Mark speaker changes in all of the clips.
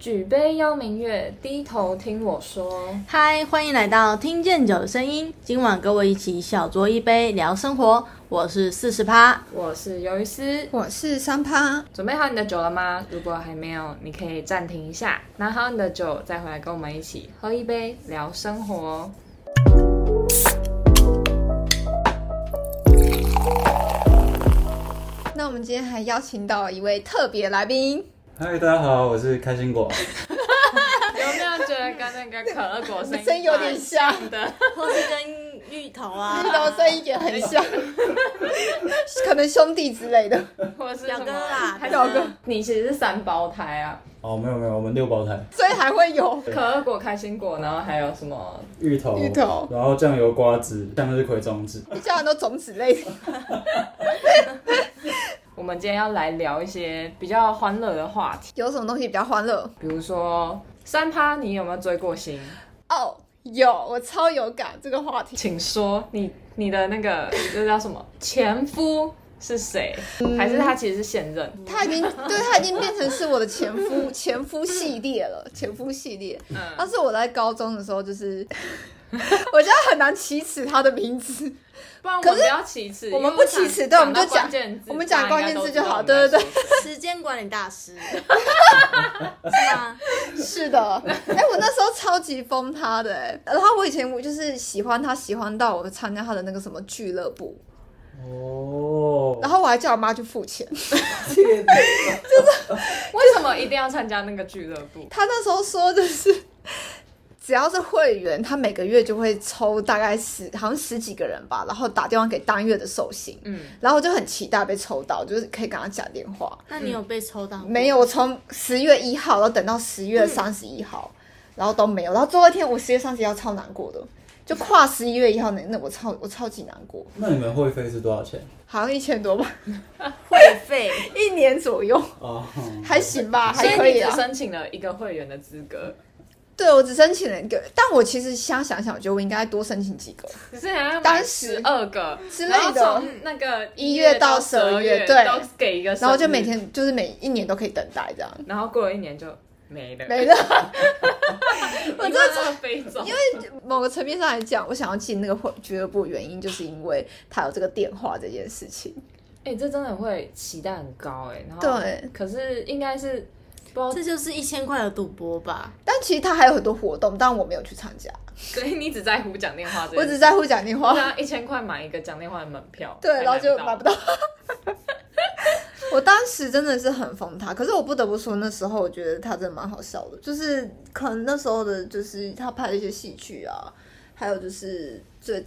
Speaker 1: 举杯邀明月，低头听我说。
Speaker 2: 嗨，欢迎来到听见酒的声音。今晚跟我一起小酌一杯，聊生活。我是四十趴，
Speaker 1: 我是鱿鱼丝，
Speaker 3: 我是三趴，
Speaker 1: 准备好你的酒了吗？如果还没有，你可以暂停一下，拿好你的酒，再回来跟我们一起喝一杯，聊生活。哦
Speaker 3: 那我们今天还邀请到一位特别来宾，
Speaker 4: 嗨，大家好，我是开心果。
Speaker 1: 有没有觉得跟那个可乐果声音
Speaker 3: 声音有点像
Speaker 1: 蛮的？
Speaker 2: 或是跟芋头啊
Speaker 3: 绿豆声音也很像，可能兄弟之类的。
Speaker 1: 或者是
Speaker 2: 表
Speaker 1: 什么
Speaker 2: 哥啦
Speaker 1: 还是
Speaker 2: 表哥
Speaker 1: 你其实是三胞胎啊，
Speaker 4: 哦，没有没有，我们六胞胎，
Speaker 3: 所以还会有
Speaker 1: 可乐果、开心果，然后还有什么？
Speaker 4: 芋头，
Speaker 3: 芋头
Speaker 4: 然后酱油瓜子、向日葵种子。
Speaker 3: 你叫很多种子类的，
Speaker 1: 我们今天要来聊一些比较欢乐的话题，
Speaker 3: 有什么东西比较欢乐？
Speaker 1: 比如说三趴，你有没有追过星？
Speaker 3: 哦，有，我超有感这个话题。
Speaker 1: 请说你你的那个这叫什么前夫是谁？
Speaker 3: 嗯
Speaker 1: 还是他其实是现任？
Speaker 3: 他已经对他已经变成是我的前夫前夫系列了，前夫系列。但是我在高中的时候，就是 我觉得很难启齿他的名字。
Speaker 1: 不然我
Speaker 3: 可
Speaker 1: 们
Speaker 3: 是
Speaker 1: 不要歧视，
Speaker 3: 我们
Speaker 1: 因
Speaker 3: 不
Speaker 1: 为
Speaker 3: 歧视
Speaker 1: 想
Speaker 3: 对我们就
Speaker 1: 到关
Speaker 3: 讲
Speaker 1: 键字
Speaker 3: 我们讲
Speaker 1: 大
Speaker 3: 关
Speaker 1: 家
Speaker 3: 键
Speaker 1: 都
Speaker 3: 字
Speaker 1: 知道
Speaker 3: 就好
Speaker 1: 我们在
Speaker 3: 对对
Speaker 1: 说谁
Speaker 2: 时间管理大 师，是吗？
Speaker 3: 是的，哎、我那时候超级疯他的、哎，然后我以前我就是喜欢他，喜欢到我参加他的那个什么俱乐部，
Speaker 4: 哦，
Speaker 3: 然后我还叫我妈去付钱。
Speaker 4: 天哪
Speaker 1: 为什么一定要参加那个俱乐部？
Speaker 3: 他那时候说就是。 只要是会员，他每个月就会抽大概十，好像十几个人吧，然后打电话给当月的寿星，
Speaker 1: 嗯，
Speaker 3: 然后我就很期待被抽到，就是可以跟他讲电话。
Speaker 2: 那你有被抽到？
Speaker 3: 没有，我从十月一号，然后等到十月三十一号，然后都没有。然后最后一天，我十月三十一号超难过的，就跨十一月一号那那我超我超级难过，
Speaker 4: 那你们会费是多少钱？
Speaker 3: 好像一千多吧，
Speaker 2: 会费，
Speaker 3: 一年左右，
Speaker 4: 哦，
Speaker 3: 还行吧，
Speaker 1: 所
Speaker 3: 还可
Speaker 1: 以你
Speaker 3: 以
Speaker 1: 只
Speaker 3: 啊。
Speaker 1: 申请了一个会员的资格，
Speaker 3: 对，我只申请了一个，但我其实瞎想想，我觉得我应该多申请几个。
Speaker 1: 只是好像
Speaker 3: 当
Speaker 1: 十
Speaker 3: 时
Speaker 1: 二个
Speaker 3: 之类的
Speaker 1: 然后从那个
Speaker 3: 一
Speaker 1: 月
Speaker 3: 月到
Speaker 1: 十二
Speaker 3: 月对
Speaker 1: 都给一个生日，
Speaker 3: 然后就每天就是每一年都可以等待这样，
Speaker 1: 然后过了一年就没 了，
Speaker 3: 没了。
Speaker 1: 我真的飞走，因为
Speaker 3: 某个层面上来讲，我想要进那个会俱乐部，原因就是因为他有这个电话这件事情。
Speaker 1: 哎、这真的会期待很高哎、然后
Speaker 3: 对，
Speaker 1: 可是应该是不知道，
Speaker 2: 这就是一千块的赌博吧？
Speaker 3: 但其实他还有很多活动，但我没有去参加，
Speaker 1: 所以你只在乎讲电话这件事，
Speaker 3: 我只在乎讲电话。
Speaker 1: 要一千块买一个讲电话的门票，
Speaker 3: 对，
Speaker 1: 还
Speaker 3: 然后就
Speaker 1: 买
Speaker 3: 买不。到。 我当时真的是很疯他，可是我不得不说，那时候我觉得他真的蛮好笑的，就是可能那时候的，就是他拍的一些戏剧啊，还有就是最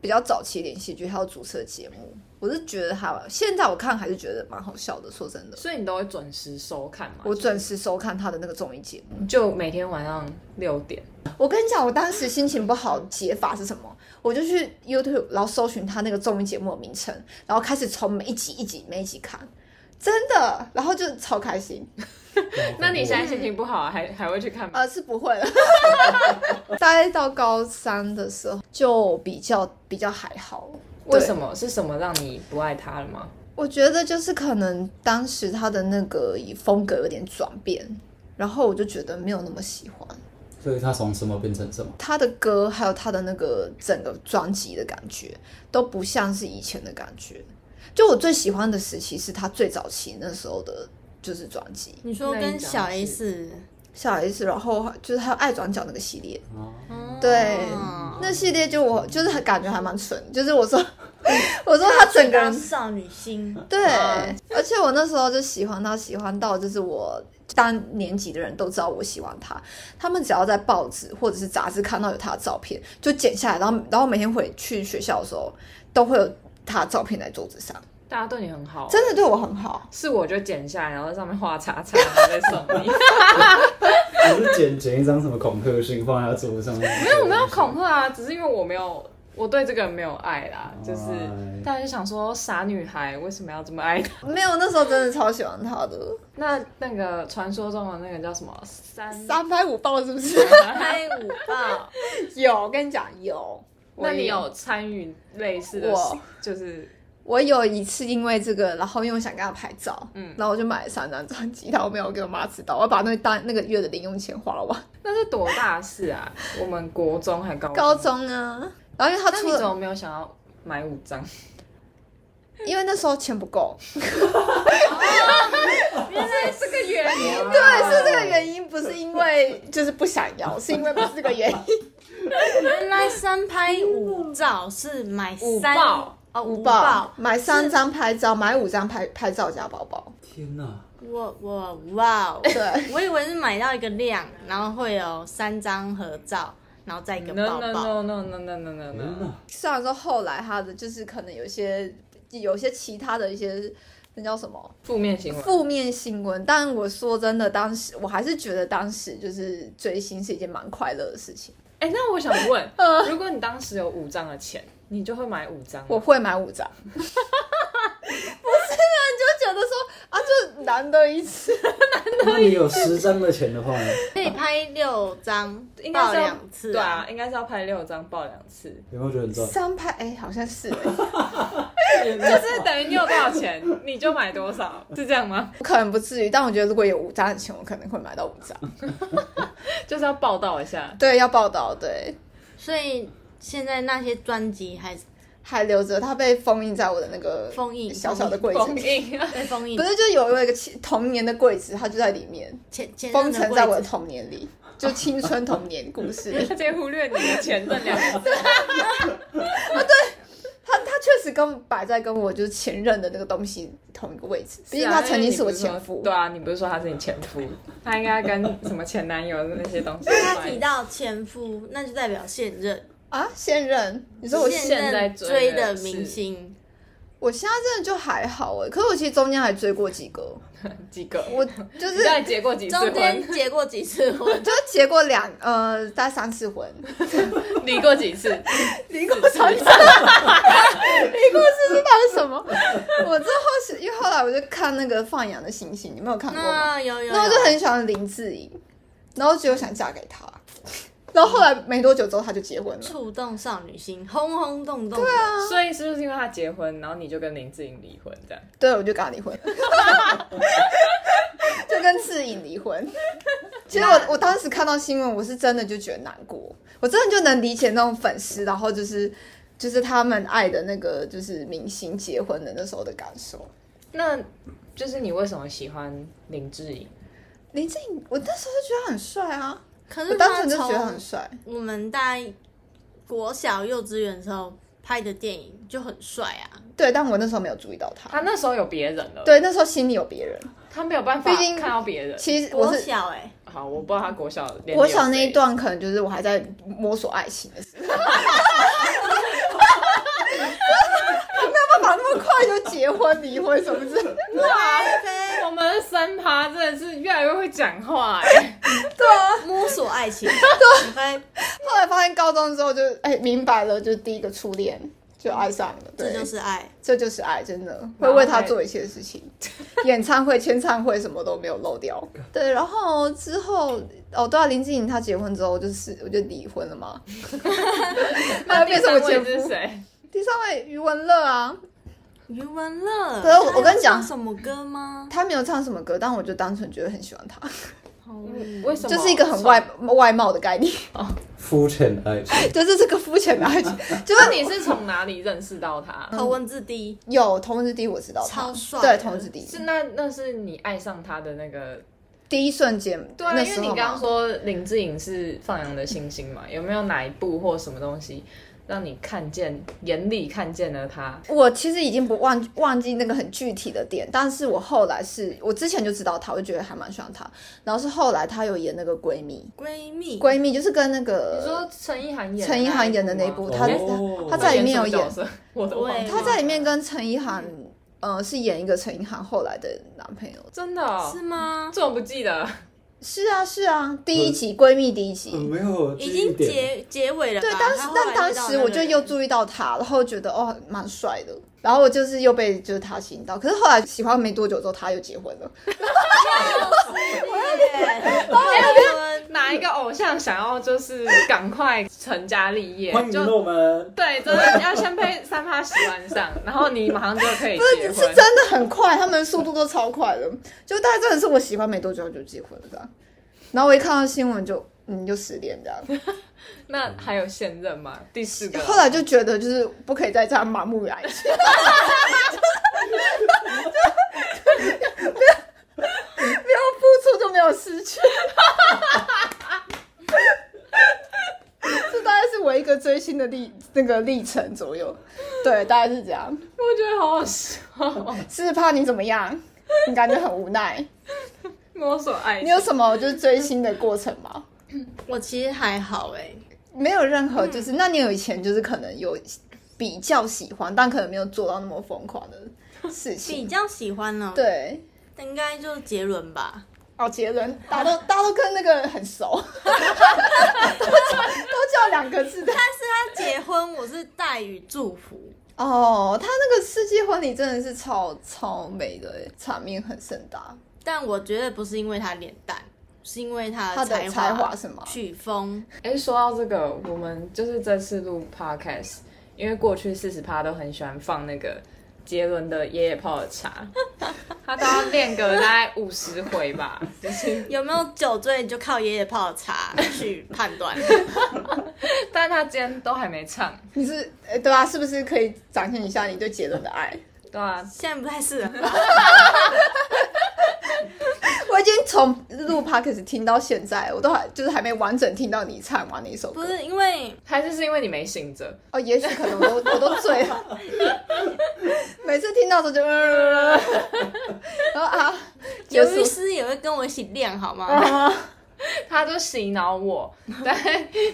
Speaker 3: 比较早期一点戏剧，还有主持的节目，我是觉得他现在我看还是觉得蛮好笑的。说真的，
Speaker 1: 所以你都会准时收看嘛？
Speaker 3: 我准时收看他的那个综艺节目。
Speaker 1: 就每天晚上六点，
Speaker 3: 我跟你讲，我当时心情不好，解法是什么？我就去 YouTube，然后搜寻他那个综艺节目的名称，然后开始从每一集一集每一集看，真的，然后就超开心。
Speaker 1: 那你现在心情不好、啊还还会去看吗？
Speaker 3: 呃，是不会了。大概到高三的时候就比较比较还好。
Speaker 1: 为
Speaker 3: 对
Speaker 1: 什么？是什么让你不爱他了吗？
Speaker 3: 我觉得就是可能当时他的那个风格有点转变，然后我就觉得没有那么喜欢
Speaker 4: 所以他从什么变成什么？
Speaker 3: 他的歌，还有他的那个整个专辑的感觉，都不像是以前的感觉。就我最喜欢的时期是他最早期那时候的，就是专辑
Speaker 2: 你说
Speaker 1: 那你
Speaker 2: 跟
Speaker 1: 讲
Speaker 2: 小
Speaker 1: 是
Speaker 2: S
Speaker 3: 小 S，然后就是还有爱转角那个系列，
Speaker 4: 哦，
Speaker 3: 对
Speaker 2: 哦
Speaker 3: 那系列就我就是还感觉还蛮纯，就是我说我说他整个
Speaker 2: 当
Speaker 3: 人
Speaker 2: 少女 心，
Speaker 3: 对，而且我那时候就喜欢他，喜欢到就是我当年级的人都知道我喜欢他，他们只要在报纸或者是杂志看到有他的照片，就剪下来，然后然后每天回去学校的时候都会有他的照片在桌子上，
Speaker 1: 大家对你很好，啊
Speaker 3: 真的对我很好。
Speaker 1: 是我就剪下来，然后在上面画叉叉，然后再送 你。
Speaker 4: 我是剪剪一张什么恐吓信放在他桌上？没有
Speaker 1: 我没有恐吓啊，只是因为我没有，我对这个人没有爱啦，就是
Speaker 4: 哎
Speaker 1: 大家就想说傻女孩为什么要这么爱她？
Speaker 3: 没有，那时候真的超喜欢他的，
Speaker 1: 那那个传说中的那个叫什么三？
Speaker 3: 三拍五抱是不 是？
Speaker 2: 拍舞报，
Speaker 3: 有，我跟你讲有。
Speaker 1: 那你有参与类似的
Speaker 3: 我，
Speaker 1: 就是
Speaker 3: 我有一次因为这个，然后因为我想跟他拍照，
Speaker 1: 嗯
Speaker 3: 嗯，然后我就买了三张专辑，但我没有给我妈知道，我把那单那个月的零用钱花完。
Speaker 1: 那是多大事啊？我们国中还高
Speaker 3: 高，中啊，然后因为他
Speaker 1: 那
Speaker 3: 出
Speaker 1: 你怎
Speaker 3: 了，
Speaker 1: 么没有想要买五张？
Speaker 3: 因为那时候钱不够，
Speaker 1: 原来是个原因。
Speaker 3: 对，是这个原因，不是因为 就是不想要，是因为不是这个原因。
Speaker 2: 原来三拍五照是买
Speaker 1: 五
Speaker 2: 三
Speaker 1: 报
Speaker 2: 哦五
Speaker 3: 宝
Speaker 2: 报，
Speaker 3: 买三张拍照，买五张拍拍照加包包。
Speaker 4: 天哪，
Speaker 2: 我我哇哦，
Speaker 3: 对，
Speaker 2: 我以为是买到一个量，然后会有三张合照，然后再一个
Speaker 1: No
Speaker 2: 抱
Speaker 1: no no
Speaker 2: 抱。
Speaker 1: no no no no no
Speaker 4: 天
Speaker 1: no。
Speaker 4: 哪，
Speaker 3: 虽然说后来他的就是可能有一些有一些其他的一些那叫什么
Speaker 1: 负面行为。
Speaker 3: 负面新闻，但我说真的，当时我还是觉得当时就是追星是一件蛮快乐的事情。
Speaker 1: 哎、那我想问，如果你当时有五张的钱，你就会买五张吗？
Speaker 3: 我会买五张， 不是啊？你就觉得说啊，就难得一次。
Speaker 4: 那你有十张的钱的话呢，
Speaker 2: 可以拍六张，
Speaker 1: 应该
Speaker 2: 抱
Speaker 1: 是要
Speaker 2: 两次、
Speaker 1: 对啊，，应该是要拍六张，报两次，
Speaker 4: 有没有觉得很赚？
Speaker 3: 三拍，哎、好像是、 哎
Speaker 1: 就是等于你有多少钱你就买多少，是这样吗？
Speaker 3: 我可能不至于，但我觉得如果有五张的钱，我可能会买到五张。
Speaker 1: 就是要报道一下。
Speaker 3: 对，要报道，对，
Speaker 2: 所以现在那些专辑还是
Speaker 3: 还留着，它被封印在我的那个
Speaker 2: 封印
Speaker 3: 小小 的柜子
Speaker 1: 封
Speaker 3: 里。
Speaker 1: 印，
Speaker 2: 被封印
Speaker 3: 不，是，就是有一个青童年的柜子，它就在里面，
Speaker 2: 前前
Speaker 3: 封
Speaker 2: 任
Speaker 3: 存在
Speaker 2: 的
Speaker 3: 我
Speaker 2: 位
Speaker 3: 的
Speaker 2: 置，
Speaker 3: 童年里，就青春童年故事 里。
Speaker 1: 他直接忽略你的钱这两个字。
Speaker 3: 它它确实跟摆在跟我就是前任的那个东西同一个位置，毕竟它曾经是我前夫。
Speaker 1: 对啊啊，你不是说他是你前夫，他应该跟什么前男友那些东西
Speaker 2: 那他提
Speaker 1: 在。
Speaker 2: 到前夫，那就代表现任，
Speaker 3: 啊，现任，你说我现
Speaker 1: 现在
Speaker 2: 任
Speaker 1: 追
Speaker 2: 追
Speaker 1: 的
Speaker 2: 的
Speaker 1: 是
Speaker 2: 明星，
Speaker 3: 我现在真的就还好哎、可是我其实中间还追过几个，
Speaker 1: 几个？
Speaker 3: 我就
Speaker 1: 你
Speaker 3: 是？
Speaker 1: 到底结过几次
Speaker 2: 中
Speaker 1: 婚？
Speaker 2: 间结过几次婚
Speaker 3: 就结过两呃大概三次婚，
Speaker 1: 离过几次？
Speaker 3: 离过 三次，离过四次到底是什么？我之后是因为后来我就看那个放羊的星星，你没有看过吗？
Speaker 2: 那有有有，
Speaker 3: 那我就很喜欢林志颖，然后就想嫁给他，然后后来没多久之后他就结婚了。
Speaker 2: 触动少女心，轰轰动动。对啊，
Speaker 1: 所以是不是因为他结婚，然后你就跟林志颖离婚这样？
Speaker 3: 对，我就跟他离婚， 就跟志颖离婚。其实我我当时看到新闻，我是真的就觉得难过，我真的就能理解那种粉丝，然后就是就是他们爱的那个就是明星结婚的那时候的感受。
Speaker 1: 那就是你为什么喜欢林志颖？
Speaker 3: 林志颖，我那时候就觉得他很帅啊，
Speaker 2: 可
Speaker 3: 我
Speaker 2: 是
Speaker 3: 当
Speaker 2: 嗯他
Speaker 3: 时就觉得
Speaker 2: 从
Speaker 3: 很帅。
Speaker 2: 我们大概国小幼稚园的时候拍的电影就很帅啊，
Speaker 3: 对，但我那时候没有注意到他。
Speaker 1: 他那时候有别人了，
Speaker 3: 对，那时候心里有别人。
Speaker 1: 他没有办法
Speaker 3: 毕竟
Speaker 1: 看到别人。
Speaker 3: 其实我
Speaker 2: 国
Speaker 3: 是
Speaker 2: 小哎、
Speaker 1: 好，我不知道他国小连
Speaker 3: 我想那
Speaker 1: 有
Speaker 3: 一
Speaker 1: 谁，
Speaker 3: 段可能就是我还在摸索爱情的 时候，没有办法那么快就结婚离婚什么之 类的。
Speaker 1: 我们的三趴真的是越来越会讲话 哎、
Speaker 2: 摸索爱情，你会
Speaker 3: 后来发现高中之后就哎、明白了，就是第一个初恋就爱上了，对，
Speaker 2: 这就是爱。
Speaker 3: 这就是爱，真的
Speaker 1: 然
Speaker 3: 会
Speaker 1: 后
Speaker 3: 为他
Speaker 1: 还
Speaker 3: 做一些事情，演唱会、签唱会什么都没有 漏掉。对，然后之后哦，对啊，林志颖他结婚之后我就是我就离婚了嘛，他就
Speaker 1: 第
Speaker 3: 变成我
Speaker 1: 三位
Speaker 3: 前
Speaker 1: 是
Speaker 3: 夫。
Speaker 1: 谁？
Speaker 3: 第三位余文乐啊，
Speaker 2: 余文乐，
Speaker 3: 可是我
Speaker 2: 他有
Speaker 3: 我跟你讲
Speaker 2: 唱什么歌吗？
Speaker 3: 他没有唱什么歌，但我就单纯觉得很喜欢他，
Speaker 2: 嗯
Speaker 1: 为什么？
Speaker 3: 就是一个很外。外貌的概念，
Speaker 4: 肤浅爱情，
Speaker 3: 就是这个肤浅的 爱情。就是
Speaker 1: 那你是从哪里认识到他？
Speaker 2: 头文字 D，
Speaker 3: 有《同志第》，我知道他
Speaker 2: 超帅
Speaker 3: 对，
Speaker 2: 的
Speaker 3: 《同志第》
Speaker 1: 是那那是你爱上他的那个
Speaker 3: 第一瞬间，
Speaker 1: 对啊，
Speaker 3: 那
Speaker 1: 因为
Speaker 3: 时
Speaker 1: 你
Speaker 3: 候
Speaker 1: 刚刚
Speaker 3: 嘛，
Speaker 1: 说林志颖是放羊的星星 嘛，有没有哪一部或什么东西让你看见眼里看见了他？
Speaker 3: 我其实已经不忘忘记那个很具体的点，但是我后来是我之前就知道他，我就觉得还蛮喜欢他。然后是后来他有演那个闺蜜，
Speaker 2: 闺蜜，
Speaker 3: 闺蜜就是跟那
Speaker 1: 你
Speaker 3: 个
Speaker 1: 说陈意涵演的
Speaker 3: 陈意涵演的
Speaker 1: 那
Speaker 3: 那
Speaker 1: 一
Speaker 3: 一
Speaker 1: 部吗
Speaker 3: 部，他
Speaker 4: 吗哦
Speaker 3: 他他在里面有
Speaker 1: 什么角
Speaker 3: 演，
Speaker 1: 色，嗯我都忘
Speaker 2: 对
Speaker 1: 了。
Speaker 3: 他在里面跟陈意涵，呃，是演一个陈意涵后来的男朋友。
Speaker 1: 真的、哦、
Speaker 2: 是吗？
Speaker 1: 这我不记得，
Speaker 3: 是啊，是啊，第一集闺蜜第一集，
Speaker 4: 很没有
Speaker 2: 已
Speaker 4: 记忆
Speaker 2: 经
Speaker 4: 点。
Speaker 2: 结结尾了吧。
Speaker 3: 对，当时
Speaker 2: 他后来
Speaker 3: 但当
Speaker 2: 遇到
Speaker 3: 时
Speaker 2: 那
Speaker 3: 我
Speaker 2: 个
Speaker 3: 就
Speaker 2: 人
Speaker 3: 又注意到他，然后觉得哦蛮帅的，然后我就是又被就是他吸引到，可是后来喜欢没多久之后他又结婚了，
Speaker 2: 我要
Speaker 1: 哪一个偶像想要就是赶快成家立业，
Speaker 4: 欢迎
Speaker 1: 就
Speaker 4: 我们。
Speaker 1: 对，真的要先配三趴十晚上，然后你马上就可以结
Speaker 3: 是
Speaker 1: 婚
Speaker 3: 真。的很快，他们速度都超快的，就大概真的是我喜欢没多久就结婚了这样。然后我一看到新闻就，嗯，就失恋这样。
Speaker 1: 那还有现任吗？第四个，
Speaker 3: 后来就觉得就是不可以再这样盲目爱情，没有付出就没有失去。这大概是我一个追星的历那个历程左右，对，大概是这样。
Speaker 1: 我觉得好好笑，
Speaker 3: 是怕你怎么样？你感觉很无奈。
Speaker 1: 摸索爱
Speaker 3: 你
Speaker 1: 情
Speaker 3: 有。什么就是追星的过程吗？
Speaker 2: 我其实还好哎、
Speaker 3: 没有任
Speaker 2: 嗯
Speaker 3: 何，就是、那你有以前就是可能有比较喜欢，但可能没有做到那么疯狂的事
Speaker 2: 比
Speaker 3: 情。
Speaker 2: 较喜欢呢、，
Speaker 3: 对，
Speaker 2: 应该就是杰伦吧。
Speaker 3: 哦，杰 伦，大家都大家都跟那个很熟，都叫都叫两个字的。
Speaker 2: 但是他结婚，我是带予祝福。
Speaker 3: 哦，他那个世纪婚礼真的是超超美的耶，场面很盛大。
Speaker 2: 但我觉得不是因为他脸蛋，是因为他
Speaker 3: 他的
Speaker 2: 才
Speaker 3: 才华是吗
Speaker 2: 曲风，
Speaker 1: 哎、说到这个，我们就是这次录 podcast，因为过去四十趴都很喜欢放那个杰伦的爷爷泡的茶， 他都要练个大概五十回吧，就是，
Speaker 2: 有没有酒醉就靠爷爷泡 茶去判断。
Speaker 1: 但他今天都还没唱，
Speaker 3: 你是诶对啊，是不是可以展现一下你对杰伦 的爱？
Speaker 1: 对啊，
Speaker 2: 现在不太适合。
Speaker 3: 我已经从录 podcast 听到现在，我都还就是还没完整听到你唱完那一首歌。
Speaker 2: 不是因为
Speaker 1: 还是是因为你没醒着，
Speaker 3: 哦，也许可能我都我都醉了，每次听到的时候就，呃然后啊，结
Speaker 2: 刘律
Speaker 3: 束
Speaker 2: 师也会跟我一起练好吗？
Speaker 3: 啊，
Speaker 1: 他就洗脑我， 但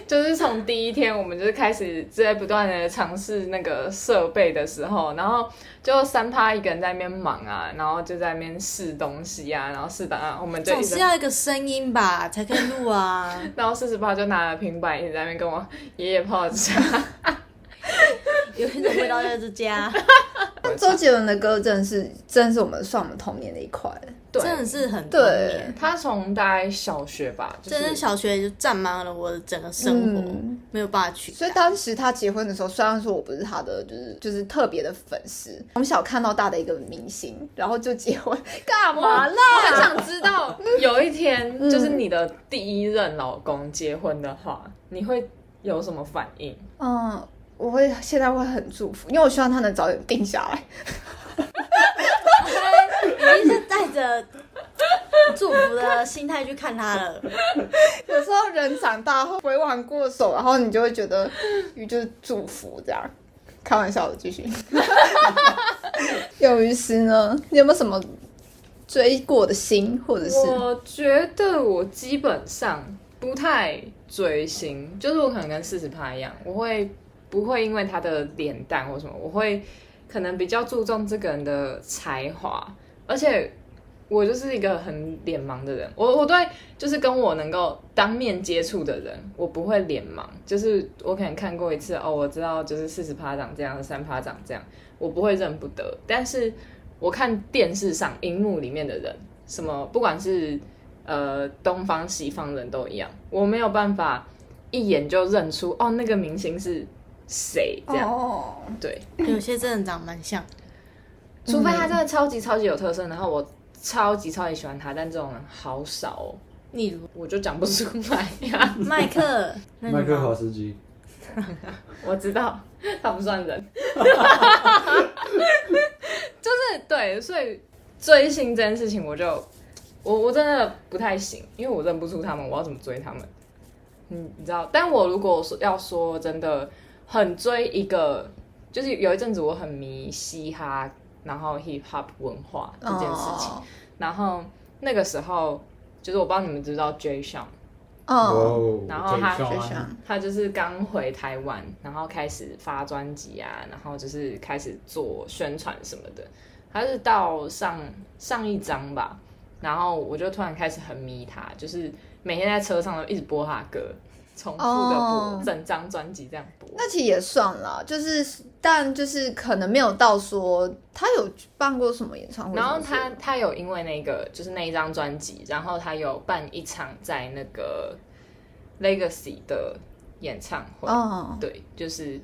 Speaker 1: 就是从第一天我们就是开始在不断的尝试那个设备的时候，然后就三趴一个人在那边忙啊，然后就在那边试东西啊，然后试档案，我们就
Speaker 2: 总
Speaker 1: 一直
Speaker 2: 是要一个声音吧，才可以录啊。
Speaker 1: 然后四十八就拿了平板一直在那边跟我爷爷泡茶，
Speaker 2: 有一种味道在这家，
Speaker 3: 周杰伦的歌真的是真的是我们算我们童年的一块，
Speaker 2: 真的是很
Speaker 3: 对
Speaker 2: 多年。
Speaker 1: 他从大概小学吧，就
Speaker 2: 真
Speaker 1: 是
Speaker 2: 的小学就占满了我的整个生活，
Speaker 3: 嗯
Speaker 2: 没有办法取代。
Speaker 3: 所以当时他结婚的时候，虽然说我不是他的就是就是特别的粉丝，从小看到大的一个明星，然后就结婚，干嘛啦？
Speaker 1: 我很想知 道，有一天
Speaker 2: 嗯
Speaker 1: 就是你的第一任老公结婚的话，你会有什么反应？
Speaker 3: 嗯，我会现在会很祝福，因为我希望他能早点定下来。
Speaker 2: 你是带着祝福的心态去看他了，
Speaker 3: 有时候人长大后委婉过手，然后你就会觉得鱼就是祝福这样。开玩笑的，继续。 有于师呢？你有没有什么追过的星，或者是
Speaker 1: 我觉得我基本上不太追星，就是我可能跟四十趴一样，我会不会因为他的脸蛋或什么，我会可能比较注重这个人的才华，而且我就是一个很脸盲的人，我我对就是跟我能够当面接触的人，我不会脸盲，就是我可能看过一次哦，我知道就是四十趴长这样，三趴长这样，我不会认不得，但是我看电视上荧幕里面的人。什么，不管是呃东方西方人都一样，我没有办法一眼就认出哦那个明星是谁这样。
Speaker 3: 哦，
Speaker 1: 对，
Speaker 2: 有些真的长得蛮像。
Speaker 1: 除非他真的超级超级有特色，然后我超级超级喜欢他，但这种人好少哦，
Speaker 2: 例如
Speaker 1: 我就讲不出来呀。
Speaker 2: 麦克，那个
Speaker 4: 麦克考斯基，
Speaker 1: 我知道他不算人，就是对，所以追星这件事情，我就我我真的不太行，因为我认不出他们，我要怎么追他们？嗯，你知道？但我如果说要说真的很追一个，就是有一阵子我很迷嘻哈，然后 hip hop 文化
Speaker 3: 哦
Speaker 1: 这件事情，然后那个时候就是我不知道你们知不知道 J s h a n
Speaker 3: 哦，
Speaker 1: 然后他
Speaker 4: 这一
Speaker 3: 就
Speaker 4: 双
Speaker 3: 像
Speaker 1: 他就是刚回台湾，然后开始发专辑啊，然后就是开始做宣传什么的。他是到上上一张吧，然后我就突然开始很迷他，就是每天在车上都一直播他的歌，重复的播
Speaker 3: 哦
Speaker 1: 整张专辑这样播。
Speaker 3: 那其实也算啦，就是但就是可能没有到说他有办过什么演唱会，
Speaker 1: 然后他他有因为那个就是那一张专辑，然后他有办一场在那个 Legacy 的演唱会，
Speaker 3: 哦，
Speaker 1: 对，就是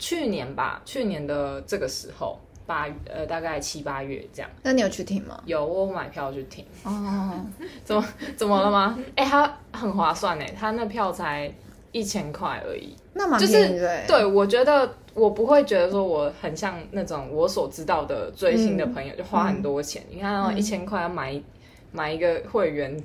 Speaker 1: 去年吧，去年的这个时候，八呃大概七八月这样，
Speaker 3: 那你有去听吗？
Speaker 1: 有我有买票去听，
Speaker 3: 哦，
Speaker 1: 怎么了 吗？哎、它很划算哎，它那票才一千块而已。
Speaker 3: 那蛮
Speaker 1: 就是
Speaker 3: 便宜的欸。
Speaker 1: 对，我觉得我不会觉得说我很像那种我所知道的追星的朋友，就花很多钱。你看到一千块要买一买一个会员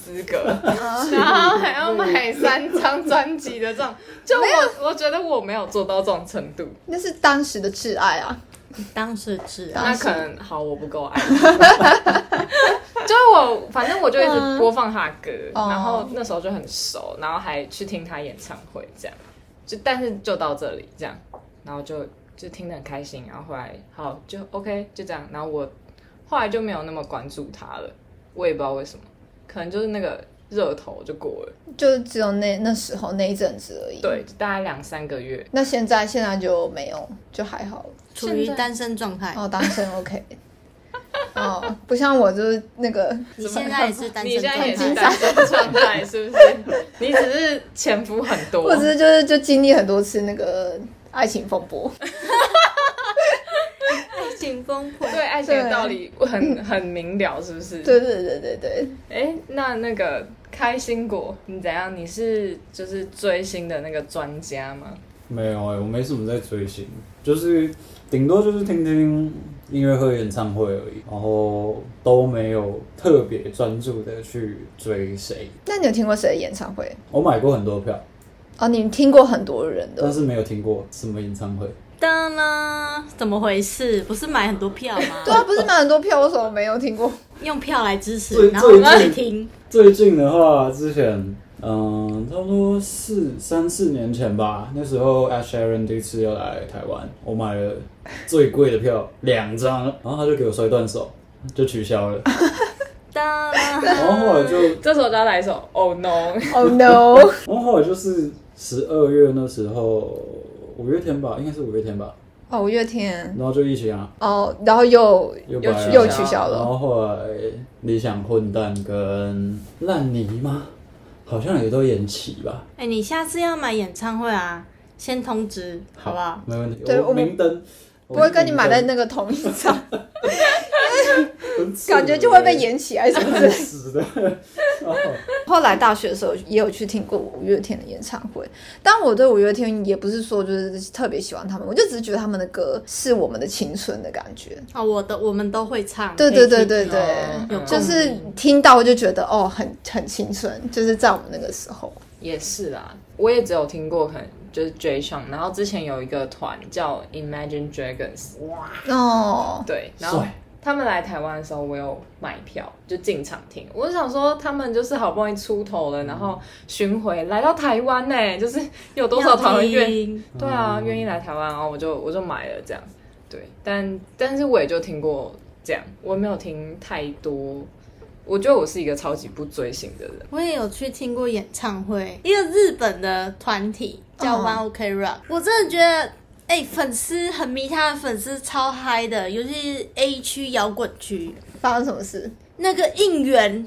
Speaker 1: 资格， 然后还要买三张专辑的这种，就我我觉得我没有做到这种程度。
Speaker 3: 那是当时的挚爱啊。
Speaker 2: 当时只
Speaker 1: 那
Speaker 2: 啊，
Speaker 1: 可能好，我不够爱。 就我反正我就一直播放他的歌，
Speaker 3: 哦
Speaker 1: 然后那时候就很熟，然后还去听他演唱会，这样。就但是就到这里这样，然后就就听得很开心，然后后来好就 OK 就这样，然后我后来就没有那么关注他了，我也不知道为什么，可能就是那个热头就过了，
Speaker 3: 就只有那那时候那一阵子而已。，
Speaker 1: 对，大概两三个月，
Speaker 3: 那现在现在就没有，就还好了。
Speaker 2: 处于单身状态。
Speaker 3: 哦，单身 OK。哦，不像我就是那个，
Speaker 2: 你现在也是单
Speaker 1: 你
Speaker 2: 身
Speaker 1: 现在也
Speaker 2: 状
Speaker 1: 是
Speaker 2: 态，
Speaker 1: 单身状态是不是？你只是潜伏很多，
Speaker 3: 我只是就是就经历很多次那个爱情风波。
Speaker 2: 爱情 风破。
Speaker 1: 对爱情的道理很 很明了，是不是？。
Speaker 3: 对对对对对，
Speaker 1: 哎，那那个开心果，你怎样？你是就是追星的那个专家吗？
Speaker 4: 没有哎、我没什么在追星，就是顶多就是听听音乐会、演唱会而已，然后都没有特别专注的去追谁。
Speaker 3: 那你有听过谁的演唱会？
Speaker 4: 我买过很多票，
Speaker 3: 哦，你听过很多人
Speaker 4: 但
Speaker 3: 的，
Speaker 4: 是没有听过什么演唱会。
Speaker 2: 当啦，怎么回事？不是买很多票吗？
Speaker 3: 对啊，不是买很多票，为什么没有听过？
Speaker 2: 用票来支持，
Speaker 4: 最
Speaker 2: 然后我
Speaker 4: 最
Speaker 2: 去
Speaker 4: 近
Speaker 2: 听。
Speaker 4: 最近的话，之前嗯，差不多四三四年前吧，那时候 Ash Sharon 第一次要来台湾，我买了最贵的票两张，然后他就给我摔断手，就取消了。
Speaker 2: 当啦，
Speaker 4: 然后后来就，
Speaker 1: 这时候就要来一首 Oh No，
Speaker 3: 哦 no！
Speaker 4: 然后后来就是十二月那时候，五月天吧，应该是五月天吧，
Speaker 3: 哦，五月天，
Speaker 4: 然后就疫情啊，
Speaker 3: 哦，然后又
Speaker 4: 又
Speaker 1: 又
Speaker 4: 白啊
Speaker 1: 取
Speaker 3: 又取消
Speaker 4: 然
Speaker 3: 了，
Speaker 4: 后后来理想混蛋跟烂泥吗？好像也都延期吧。
Speaker 2: 哎、你下次要买演唱会啊，先通知好不好？
Speaker 4: 没问题。
Speaker 3: 对
Speaker 4: 我
Speaker 3: 我们
Speaker 4: 明灯，
Speaker 3: 不会跟你买在
Speaker 4: 的
Speaker 3: 那个同一张，
Speaker 4: 很扯
Speaker 3: 感觉就会被延期还是什么之
Speaker 4: 欸，
Speaker 3: 类的。
Speaker 4: 死的。
Speaker 3: 后来大学的时候也有去听过五月天的演唱会，但我对五月天也不是说就是特别喜欢他们，我就只是觉得他们的歌是我们的青春的感觉。
Speaker 2: 哦，我的我们都会唱。
Speaker 3: 对
Speaker 2: 可以
Speaker 3: 对对
Speaker 2: 听
Speaker 3: 对对，
Speaker 1: 嗯有
Speaker 3: 就
Speaker 2: 共
Speaker 3: 是
Speaker 2: 鸣
Speaker 3: 听到就觉得哦，很很青春，就是在我们那个时候。
Speaker 1: 也是啦，我也只有听过，可能就是 J s o n 然后之前有一个团叫 Imagine Dragons，
Speaker 3: 哦，
Speaker 1: 对，然后
Speaker 4: 帅
Speaker 1: 他们来台湾的时候，我有买票就进场听。我就想说，他们就是好不容易出头了，然后巡回来到台湾呢、就是有多少台湾
Speaker 2: 要
Speaker 1: 愿意？
Speaker 2: 听
Speaker 1: 对啊，愿意来台湾，然后我就我就买了这样。对，但但是我也就听过这样，我没有听太多。我觉得我是一个超级不追星的人，
Speaker 2: 我也有去听过演唱会，一个日本的团体叫
Speaker 3: 嗯
Speaker 2: One OK Rock，、我真的觉得。哎、粉丝很迷他的粉丝超嗨的，尤其是 A 区摇滚区
Speaker 3: 发生什么事？
Speaker 2: 那个应援，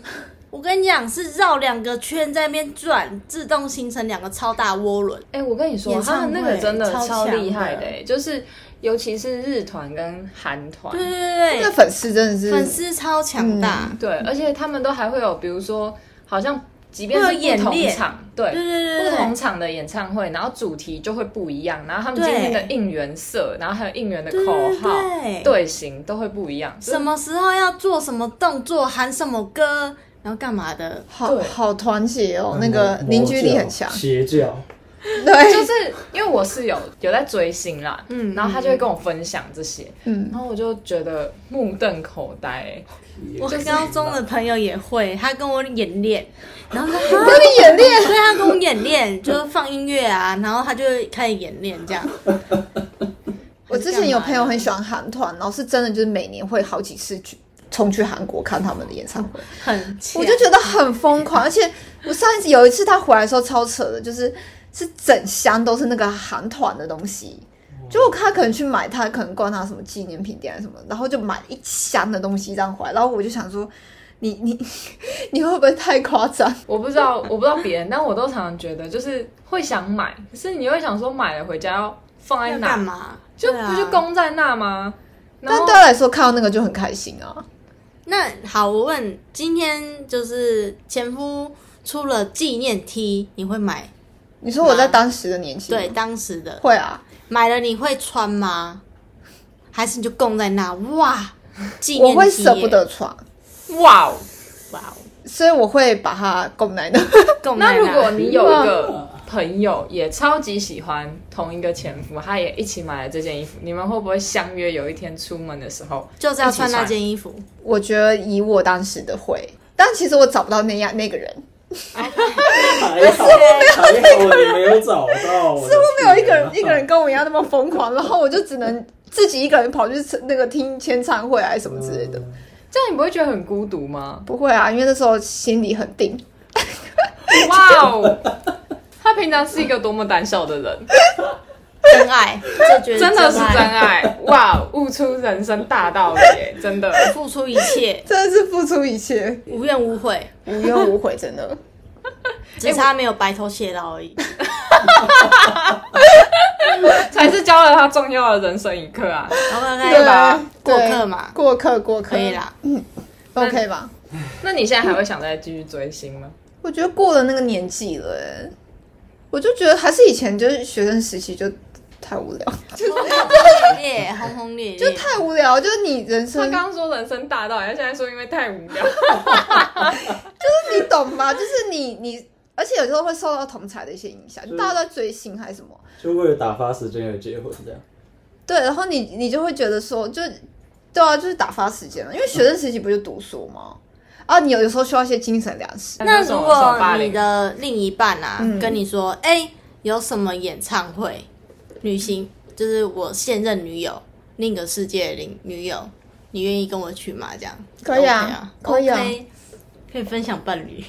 Speaker 2: 我跟你讲是绕两个圈在那边转，自动形成两个超大涡轮。
Speaker 1: 哎、我跟你说，
Speaker 2: 演唱
Speaker 1: 他们那个
Speaker 2: 会
Speaker 1: 真的
Speaker 2: 超
Speaker 1: 超
Speaker 2: 强
Speaker 1: 厉害的、
Speaker 2: 的
Speaker 1: 欸，就是尤其是日团跟韩团，
Speaker 2: 对对
Speaker 3: 那
Speaker 2: 对
Speaker 3: 粉丝真的
Speaker 2: 对，粉
Speaker 3: 是
Speaker 2: 丝超强大。
Speaker 1: 对，而且他们都还会有，比如说，好像即便
Speaker 2: 会有
Speaker 1: 是
Speaker 2: 演
Speaker 1: 不同
Speaker 2: 练
Speaker 1: 场，对，
Speaker 2: 对对对对
Speaker 1: 不同场的演唱会，然后主题就会不一样，然后他们
Speaker 2: 对
Speaker 1: 今天的应援色，然后还有应援的
Speaker 2: 对
Speaker 1: 口号、
Speaker 2: 对
Speaker 1: 队形都会不一样。就是
Speaker 2: 什么时候要做什么动作，喊什么歌，然后干嘛的。
Speaker 3: 好
Speaker 1: 对
Speaker 3: 好团结哦，那个
Speaker 2: 嗯
Speaker 3: 凝聚力很强。
Speaker 4: 邪教，
Speaker 3: 对，
Speaker 1: 就是因为我是有有在追星啦，嗯，然后他就会跟我分享这些，
Speaker 3: 嗯，
Speaker 1: 然后我就觉得目瞪口呆、欸
Speaker 2: 我高中的朋友也会，他跟我演练，然后说
Speaker 3: 跟啊你演练，
Speaker 2: 对他跟我演练，就是放音乐啊，然后他就开始演练这样。
Speaker 3: 我之前有朋友很喜欢韩团，然后是真的就是每年会好几次去冲去韩国看他们的演唱会，
Speaker 2: 很强，
Speaker 3: 我
Speaker 1: 啊
Speaker 3: 就觉得很疯狂。而且我上一次有一次他回来的时候超扯的，就是是整箱都是那个韩团的东西。就我看他可能去买他，可能逛他什么纪念品店还是什么，然后就买一箱的东西这样回来，然后我就想说，你 你你会不会太夸张？
Speaker 1: 我不知 道，我不知道别人，但我都常常觉得就是会想买，可是你会想说买了回家要放在
Speaker 2: 要
Speaker 1: 哪
Speaker 2: 干？嘛？
Speaker 1: 就
Speaker 2: 对啊
Speaker 1: 不就供在那吗？然
Speaker 3: 但
Speaker 1: 后
Speaker 3: 对他来说，看到那个就很开心啊。
Speaker 2: 那好，我问，今天就是前夫出了纪念 T，你会买？
Speaker 3: 你说我在当时的年轻，
Speaker 2: 对，，当时的
Speaker 3: 会啊，
Speaker 2: 买了你会穿吗？还是你就供在那？哇，纪念
Speaker 3: 我
Speaker 2: T，
Speaker 3: 会舍不得穿，
Speaker 1: 哇哦，
Speaker 2: 耶。哇哦，
Speaker 3: 所以我会把它供奶 奶。
Speaker 2: 供在
Speaker 1: 那如果你有一个
Speaker 4: 哇
Speaker 1: 朋友也超级喜欢同一个前夫，他也一起买了这件衣服，你们会不会相约有一天出门的时候
Speaker 2: 就是要穿那
Speaker 1: 一起
Speaker 2: 件衣服，
Speaker 3: 我觉得以我当时的会，但其实我找不到那样那个人，
Speaker 4: 还好，还好你没有找到，似
Speaker 3: 没有一个人一个人跟我一样那么疯狂，然后我就只能自己一个人跑去吃那个听签唱会啊还是什么之类的。
Speaker 1: 这样你不会觉得很孤独吗？
Speaker 3: 不会啊，因为那时候心里很定，
Speaker 1: 哇哦，他平常是一个多么胆小的人，
Speaker 2: 真 爱，这绝对
Speaker 1: 真的是真
Speaker 2: 爱，
Speaker 1: 爱！哇哦，悟出人生大道理耶，真的。
Speaker 2: 付出一 切，
Speaker 3: 真的是付出一切，
Speaker 2: 无怨无悔，
Speaker 3: 无怨无悔，真的。
Speaker 2: 只差没有白头偕老 而已。
Speaker 1: 才是教了他重要的人生一课啊！
Speaker 2: OK
Speaker 3: 对
Speaker 2: OK
Speaker 3: 吧
Speaker 2: 吧？？过
Speaker 3: 对
Speaker 2: 客嘛，
Speaker 3: 过客，过客
Speaker 2: 可以 啦。
Speaker 3: ，OK 吧？
Speaker 1: 那你现在还会想再继续追星吗？
Speaker 3: 我觉得过了那个年纪了、欸，我就觉得还是以前就是学生时期就太无聊，
Speaker 2: 轰轰烈烈，轰轰烈烈，
Speaker 3: 就太无聊，就是你人
Speaker 1: 他
Speaker 3: 生，
Speaker 1: 刚刚说人生大道理，他现在说因为太无聊。
Speaker 3: 你懂吗？就是你你，而且有时候会受到同才的一些影响，
Speaker 4: 是
Speaker 3: 大家都在追星还是什么，
Speaker 4: 就为了打发时间而结婚这样。
Speaker 3: 对，然后你你就会觉得说，就对啊，就是打发时间了，因为学生时期不就读书吗？啊，你有有时候需要一些精神粮食，
Speaker 2: 那如果你
Speaker 1: 的
Speaker 2: 的另一半啊、
Speaker 3: 嗯
Speaker 2: 跟你说，哎、有什么演唱会，女星就是我现任女友，另一个世界的女友，你愿意跟我去吗？这样
Speaker 3: 可以啊
Speaker 2: OK 啊，
Speaker 3: 可以啊
Speaker 2: OK 可以分享伴侣，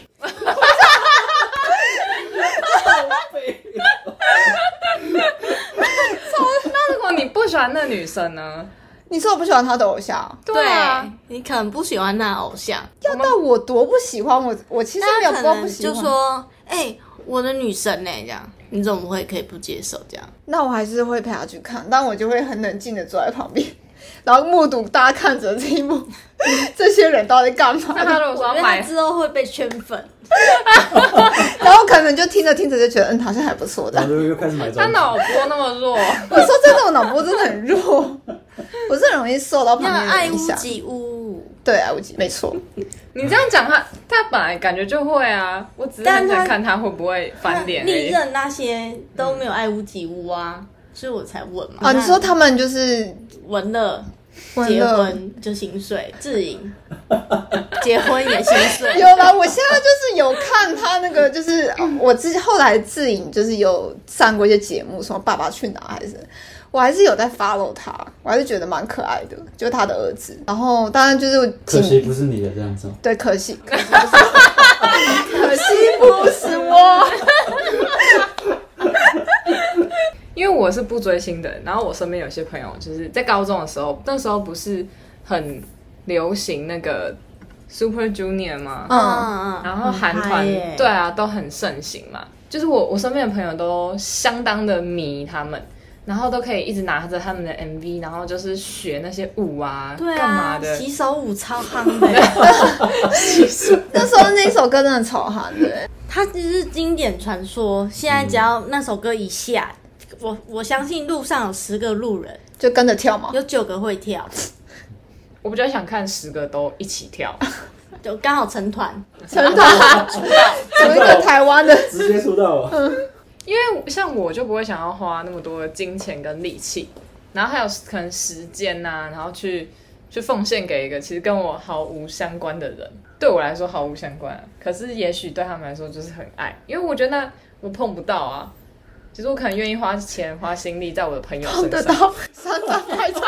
Speaker 1: 那如果你不喜欢那女生呢？
Speaker 3: 你说我不喜欢他的偶像，
Speaker 1: 对啊，
Speaker 2: 你可能不喜欢那偶像，
Speaker 3: 要到我多不喜欢我，我其实没有
Speaker 2: 那可
Speaker 3: 多不
Speaker 2: 能
Speaker 3: 喜
Speaker 2: 就
Speaker 3: 欢，
Speaker 2: 说，哎、我的女神欸呢、这样你怎么会可以不接受这样？
Speaker 3: 那我还是会陪他去看，但我就会很冷静的坐在旁边， 然后目睹大家看着这一幕， 这些人到底干嘛，
Speaker 1: 那他如果说
Speaker 2: 我觉得
Speaker 1: 要
Speaker 2: 她
Speaker 1: 买，
Speaker 2: 之后会被圈粉，
Speaker 3: 然后可能就听着听着就觉得，嗯，好像还不 错的
Speaker 4: 然。后就又开始买
Speaker 1: 他
Speaker 4: 专辑。
Speaker 1: 脑波那么弱，
Speaker 3: 我说真的，我脑波真的很弱，我是很容易受到旁
Speaker 2: 要
Speaker 3: 边的
Speaker 2: 爱
Speaker 3: 影
Speaker 2: 屋
Speaker 3: 响。
Speaker 2: 及乌，
Speaker 3: 对啊，我没错。
Speaker 1: 你这样讲他，他本来感觉就会啊。我只是
Speaker 2: 但
Speaker 1: 很
Speaker 2: 他
Speaker 1: 想看他会不会翻脸而
Speaker 2: 历
Speaker 1: 已。
Speaker 2: 任那些都没有爱屋及乌啊，所以我才问嘛。
Speaker 3: 啊，你说他们就是
Speaker 2: 文乐
Speaker 3: 婚
Speaker 2: 结
Speaker 3: 了？
Speaker 2: 婚就心碎，智 颖结婚也心碎
Speaker 3: 有，啦，我现在就是有看他那个，就是啊我自己后来自影就是有上过一些节目，什么《爸爸去哪》还是，我还是有在 follow 他，我还是觉得蛮可爱的，就是他的儿子。然后当然就是
Speaker 4: 可惜不是你的这样子哦。
Speaker 3: 对，可惜，可惜不是我可惜不是我。
Speaker 1: 因为我是不追星的人，然后我身边有些朋友就是在高中的时候，那时候不是很流行那个 Super Junior 吗？
Speaker 3: 嗯
Speaker 2: 嗯
Speaker 1: 然后韩
Speaker 2: 很嗨
Speaker 1: 团
Speaker 2: 耶
Speaker 1: 对啊都很盛行嘛，就是我我身边的朋友都相当的迷他们，然后都可以一直拿着他们的 MV，然后就是学那些舞啊，
Speaker 2: 对
Speaker 1: 干
Speaker 2: 啊
Speaker 1: 嘛，的，
Speaker 2: 洗手舞超夯 的，
Speaker 3: 那时候那首歌真的超韩的、欸，
Speaker 2: 它就是经典传说。现在只要那首歌一下，我我相信路上有十个路人，
Speaker 3: 就跟着跳 嘛。
Speaker 2: 有九个会跳，
Speaker 1: 我比较想看十个都一起跳，
Speaker 2: 就刚好成 团。
Speaker 3: 成团， 从一个台湾的，
Speaker 4: 直接出道啊！
Speaker 1: 嗯因为像我就不会想要花那么多的金钱跟力气，然后还有可能时间呐、然后去去奉献给一个其实跟我毫无相关的人，对我来说毫无相关、啊，可是也许对他们来说就是很爱，因为我觉得我碰不到啊。其实我可能愿意花钱花心力在我的朋友身
Speaker 3: 得
Speaker 1: 上，
Speaker 3: 到三张拍照，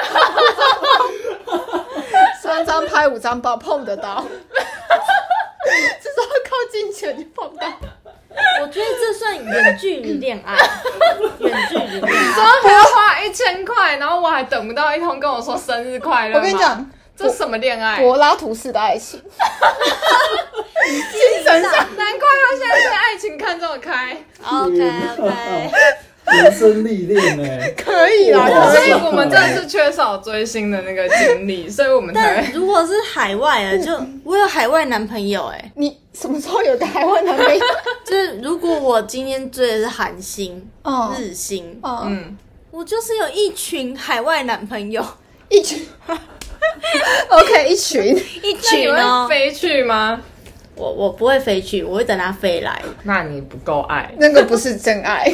Speaker 3: 三张拍五张包碰得 到，至少靠近前就碰到。
Speaker 2: 我觉得这算远距离恋 爱，远距离
Speaker 1: 啊
Speaker 2: 恋爱。
Speaker 1: 然后还要花一千块，然后我还等不到一通跟我说生日快乐。
Speaker 3: 我跟你，讲，
Speaker 1: 这什么恋爱？
Speaker 3: 柏拉图式的爱情，精 神上
Speaker 1: 难怪他现在对爱情看这么开，
Speaker 2: OK OK，
Speaker 4: 人生历练呢。
Speaker 3: 可以啦，
Speaker 4: 哇
Speaker 3: 可
Speaker 1: 所
Speaker 3: 以
Speaker 1: 以我们真的是缺少追星的那个经历，所以我们才
Speaker 2: 但
Speaker 1: 会
Speaker 2: 如果是海外的，就我有海外男朋友哎、
Speaker 3: 你什么时候有个台湾男 朋友？
Speaker 2: 就是如果我今天追的是韩星、
Speaker 3: 哦
Speaker 2: 日星，
Speaker 3: 哦，
Speaker 1: 嗯，
Speaker 2: 我就是有一群海外男朋友，
Speaker 3: 一群 ，OK，一群，
Speaker 2: 一
Speaker 1: 那你
Speaker 2: 群
Speaker 1: 会
Speaker 2: 哦。
Speaker 1: 飞去吗？
Speaker 2: 我我不会飞去，我会等他飞来。
Speaker 1: 那你不够爱，
Speaker 3: 那个不是真爱。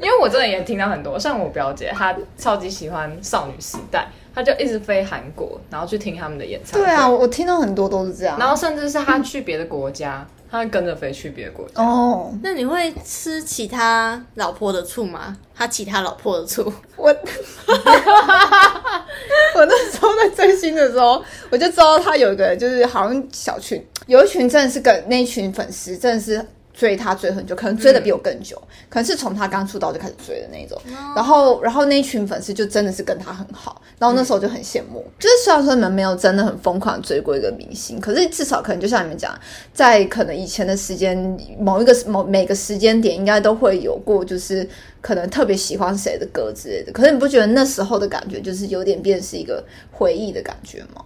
Speaker 1: 因为我真的也听到很多，像我表姐她超级喜欢少女时代，她就一直飞韩国，然后去听他们的演唱会。
Speaker 3: 对啊啊，，我我听到很多都是这样。
Speaker 1: 然后甚至是她去别的国家，她会跟着飞去别的国家。
Speaker 3: 哦，
Speaker 2: 那你会吃其他老婆的醋吗？他其他老婆的醋，
Speaker 3: 我 我那时候在追星的时候，我就知道他有一个就是好像小群，有一群真的是跟那一群粉丝真的是。追他追很久，可能追的比我更久，可能是从他刚出道就开始追的那一种。然后，然后那一群粉丝就真的是跟他很好，然后那时候就很羡慕。就是虽然说你们没有真的很疯狂追过一个明星，可是至少可能就像你们讲，在可能以前的时间某一个某每个时间点，应该都会有过，就是可能特别喜欢谁的歌之类的。可是你不觉得那时候的感觉就是有点变是一个回忆的感觉吗？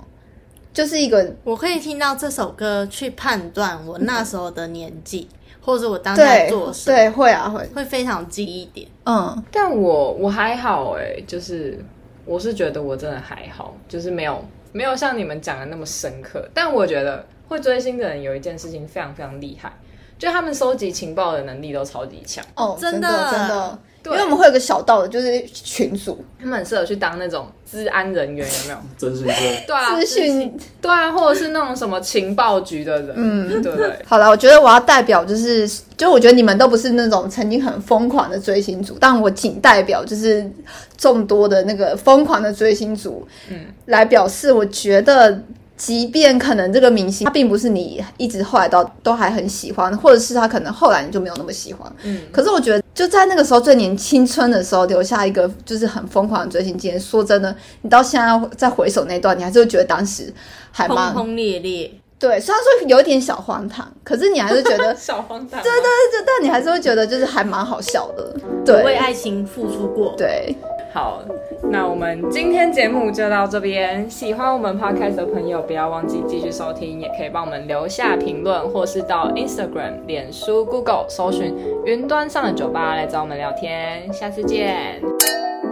Speaker 3: 就是一个
Speaker 2: 我可以听到这首歌去判断我那时候的年纪，或者我当下做什么，
Speaker 3: 对会啊会
Speaker 2: 会非常记忆点。
Speaker 3: 嗯
Speaker 1: 但我我还好哎、就是我是觉得我真的还好，就是没有没有像你们讲的那么深刻。但我觉得会追星的人有一件事情非常非常厉害，就他们收集情报的能力都超级强，
Speaker 3: 哦
Speaker 2: 真
Speaker 3: 真
Speaker 2: 的
Speaker 3: 的真的，因
Speaker 1: 对
Speaker 3: 为我们会有个小道的，就是群组
Speaker 1: 他们很适合去当那种治安人员，有没 有？
Speaker 4: 真心社，
Speaker 1: 对啊，
Speaker 3: 资讯。
Speaker 1: 对啊，或者是那种什么情报局的人，嗯，对不对？
Speaker 3: 好了，我觉得我要代表就是，就我觉得你们都不是那种曾经很疯狂的追星族，但我仅代表就是众多的那个疯狂的追星族，嗯，来表示我觉得。即便可能这个明星他并不是你一直后来到都还很喜欢，或者是他可能后来你就没有那么喜欢，嗯，可是我觉得就在那个时候最年青春的时候留下一个就是很疯狂的追星经验。说真的，你到现在再回首那段，你还是会觉得当时还
Speaker 2: 轰
Speaker 3: 蛮
Speaker 2: 轰烈烈，
Speaker 3: 对，虽然说有点小荒唐，可是你还是觉得
Speaker 1: 小荒唐，
Speaker 3: 对对对，但你还是会觉得就是还蛮好笑的。
Speaker 2: 我为
Speaker 3: 对
Speaker 2: 爱情付出过。
Speaker 3: 对，
Speaker 1: 好，那我们今天节目就到这边。喜欢我们 podcast 的朋友，不要忘记继续收听，也可以帮我们留下评论，或是到 Instagram、脸书、Google 搜寻“云端上的酒吧”来找我们聊天。下次见。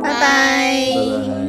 Speaker 3: 拜拜
Speaker 4: 拜拜。